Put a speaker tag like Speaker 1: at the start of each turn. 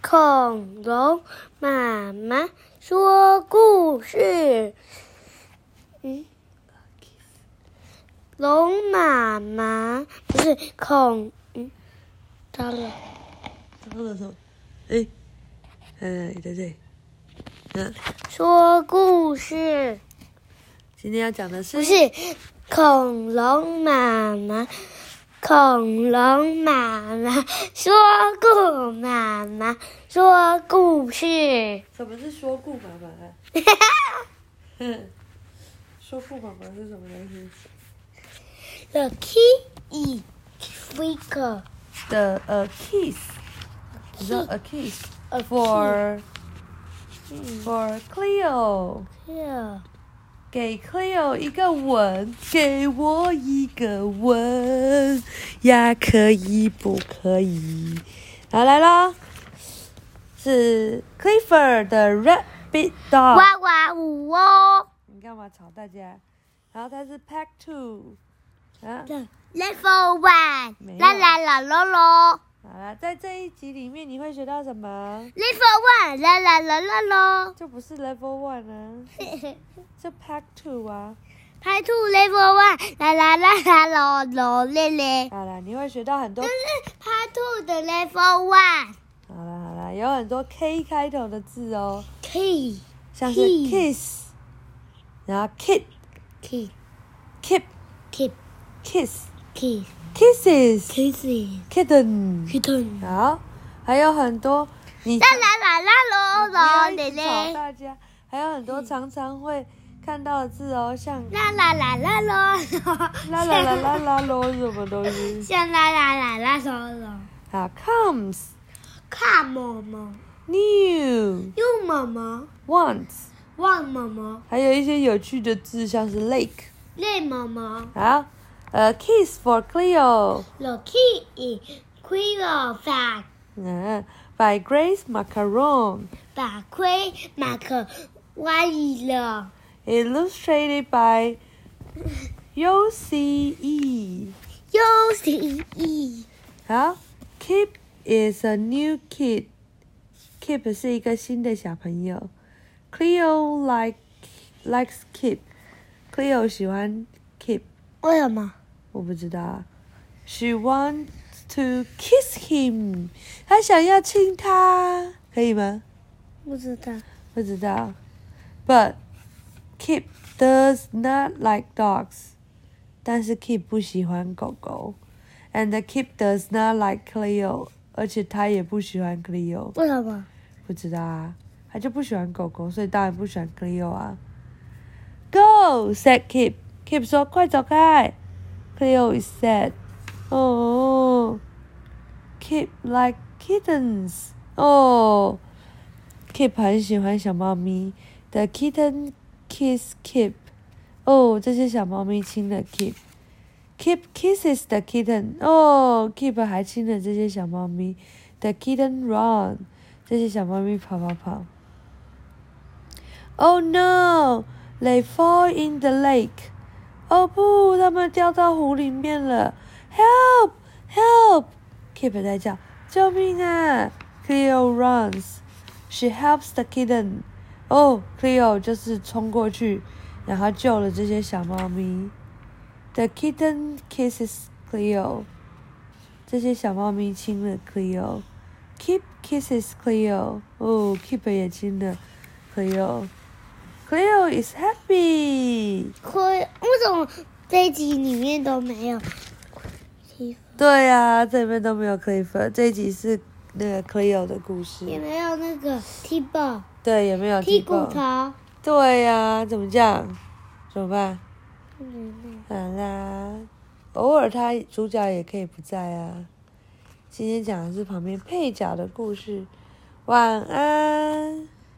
Speaker 1: 恐龙妈妈说故事。嗯，龙妈妈不是恐，嗯，糟了，
Speaker 2: 然后呢？什么？哎，哎，在这里。那
Speaker 1: 说故事
Speaker 2: 今天要讲的是
Speaker 1: 不是恐龙妈妈，恐龙妈妈说故妈妈说故事，
Speaker 2: 什么是说故妈妈 啊？哼说故妈妈是什么东西
Speaker 1: The key is flicker.
Speaker 2: ？The a kiss，你知道 a kiss
Speaker 1: A
Speaker 2: for for Cleo，
Speaker 1: Yeah.
Speaker 2: 给 Cleo 一个吻，给我一个吻呀，可以不可以？好来啦，是 Clifford 的 Rabbit Dog。
Speaker 1: 哇哇舞哦。
Speaker 2: 你干嘛吵大家？然后它是 Pack Two，啊，
Speaker 1: Level One，
Speaker 2: 没有
Speaker 1: 啦啦啦啦啦。
Speaker 2: 好啦，在这一集里面你会学到什么？
Speaker 1: Level One，啦啦啦啦啦。
Speaker 2: 这不是 Level One 啊，这 Pack Two 啊。
Speaker 1: 拍兔 Level One，啦啦啦啦啦啦咧咧。
Speaker 2: 好啦，你会学到很多
Speaker 1: 这。是拍兔的 Level One。
Speaker 2: 好啦好啦，有很多 K 开头的字哦，
Speaker 1: Key
Speaker 2: 像是
Speaker 1: Kiss
Speaker 2: kiss，然后 kid
Speaker 1: key
Speaker 2: kip
Speaker 1: keep
Speaker 2: kiss
Speaker 1: key
Speaker 2: kisses
Speaker 1: kissy
Speaker 2: kitten，
Speaker 1: kitten。
Speaker 2: 好，还有很多你
Speaker 1: 啦啦啦啦啦
Speaker 2: 不要
Speaker 1: 啦
Speaker 2: 一
Speaker 1: 咧
Speaker 2: 直吵
Speaker 1: 咧。
Speaker 2: 大家，还有很多常常会看到的字哦，像
Speaker 1: 啦啦啦啦啦。
Speaker 2: 啦啦啦啦啦咯什么东西？
Speaker 1: 像啦啦啦啦啦啦。
Speaker 2: 好，comes
Speaker 1: 看毛毛，
Speaker 2: new
Speaker 1: 用毛毛，
Speaker 2: wants，
Speaker 1: 望毛毛，
Speaker 2: 还有一些有趣的字，像是 lake。
Speaker 1: 累毛毛。
Speaker 2: 好，呃，kiss for Cleo，
Speaker 1: The key is queen of the
Speaker 2: 嗯，by Grace Macaron。
Speaker 1: 把盔马克歪了。
Speaker 2: Illustrated by UCE。
Speaker 1: 有谁意？
Speaker 2: 好，Kip is a new kid。Kip 是一个新的小朋友。Cleo like likes Kip。Cleo 喜欢 Kip，
Speaker 1: 为什么？
Speaker 2: 我不知道啊。She wants to kiss him。她想要亲他，可以吗？
Speaker 1: 不知道。
Speaker 2: 不知道。But Kip does not like dogs. 但是 Kip 不喜欢狗狗。And the Kip does not like Cleo. 而且他也不喜欢 Cleo。
Speaker 1: 为什么？
Speaker 2: 不知道啊，他就不喜欢狗狗，所以当然不喜欢 Cleo 啊。Go said Kip. Kip 说：“快走开。” Cleo is sad. 哦、Kip like kittens. 哦、Kip 很喜欢小猫咪。The kitten kiss Kip. 哦、这些小猫咪亲了 Kip。Kip kisses the kitten. 哦、k i p 还亲了这些小猫咪。The kitten run. 这些小猫咪跑跑跑。Oh no! They fall in the lake. 哦不，它们掉到湖里面了。Help! Help! Kip 在叫，救命啊！Cleo runs. She helps the kitten. 哦、c l e o 就是冲过去，然后救了这些小猫咪。The kitten kisses Cleo. 这些小猫咪亲了 Cleo。Keep kisses Cleo. 哦，Keep 也亲了 Cleo。Cleo is happy.
Speaker 1: 可为什么这一集里面都没有？
Speaker 2: 对呀、这里面都没有 Clifford。这一集是那个 Cleo 的故
Speaker 1: 也
Speaker 2: 事。
Speaker 1: 没有那个踢爆、
Speaker 2: 对，也没有
Speaker 1: 踢
Speaker 2: Tibo
Speaker 1: 骨头。
Speaker 2: 对呀、怎么讲？怎么办？
Speaker 1: 嗯
Speaker 2: 好啦，偶尔他主角也可以不在啊。今天讲的是旁边配角的故事。晚安。